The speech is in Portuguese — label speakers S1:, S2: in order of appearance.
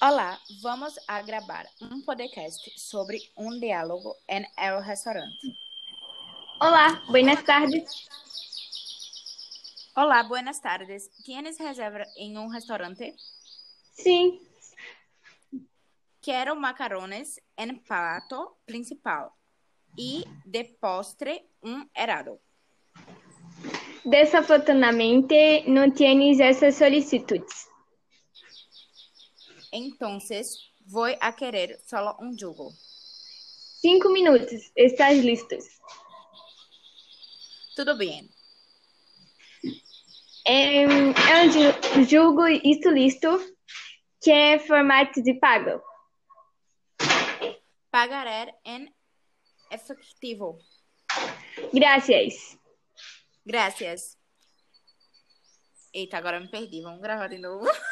S1: Olá, vamos a gravar um podcast sobre um diálogo em el restaurante.
S2: Olá, buenas tardes.
S1: Olá, buenas tardes. Tienes reserva em um restaurante?
S2: Sim,
S1: Quero macarrones em prato principal e de postre um errado.
S2: desafortunadamente não tienes essas solicitudes.
S1: Então, vou a querer solo um jugo.
S2: Cinco minutos, estás listos.
S1: Tudo bem.
S2: Em, eu É, um ju- julgo isto listo, que é formato de pago.
S1: Pagaré em efectivo.
S2: Gracias.
S1: tá Gracias. Eita, agora me perdi. Vamos gravar de novo.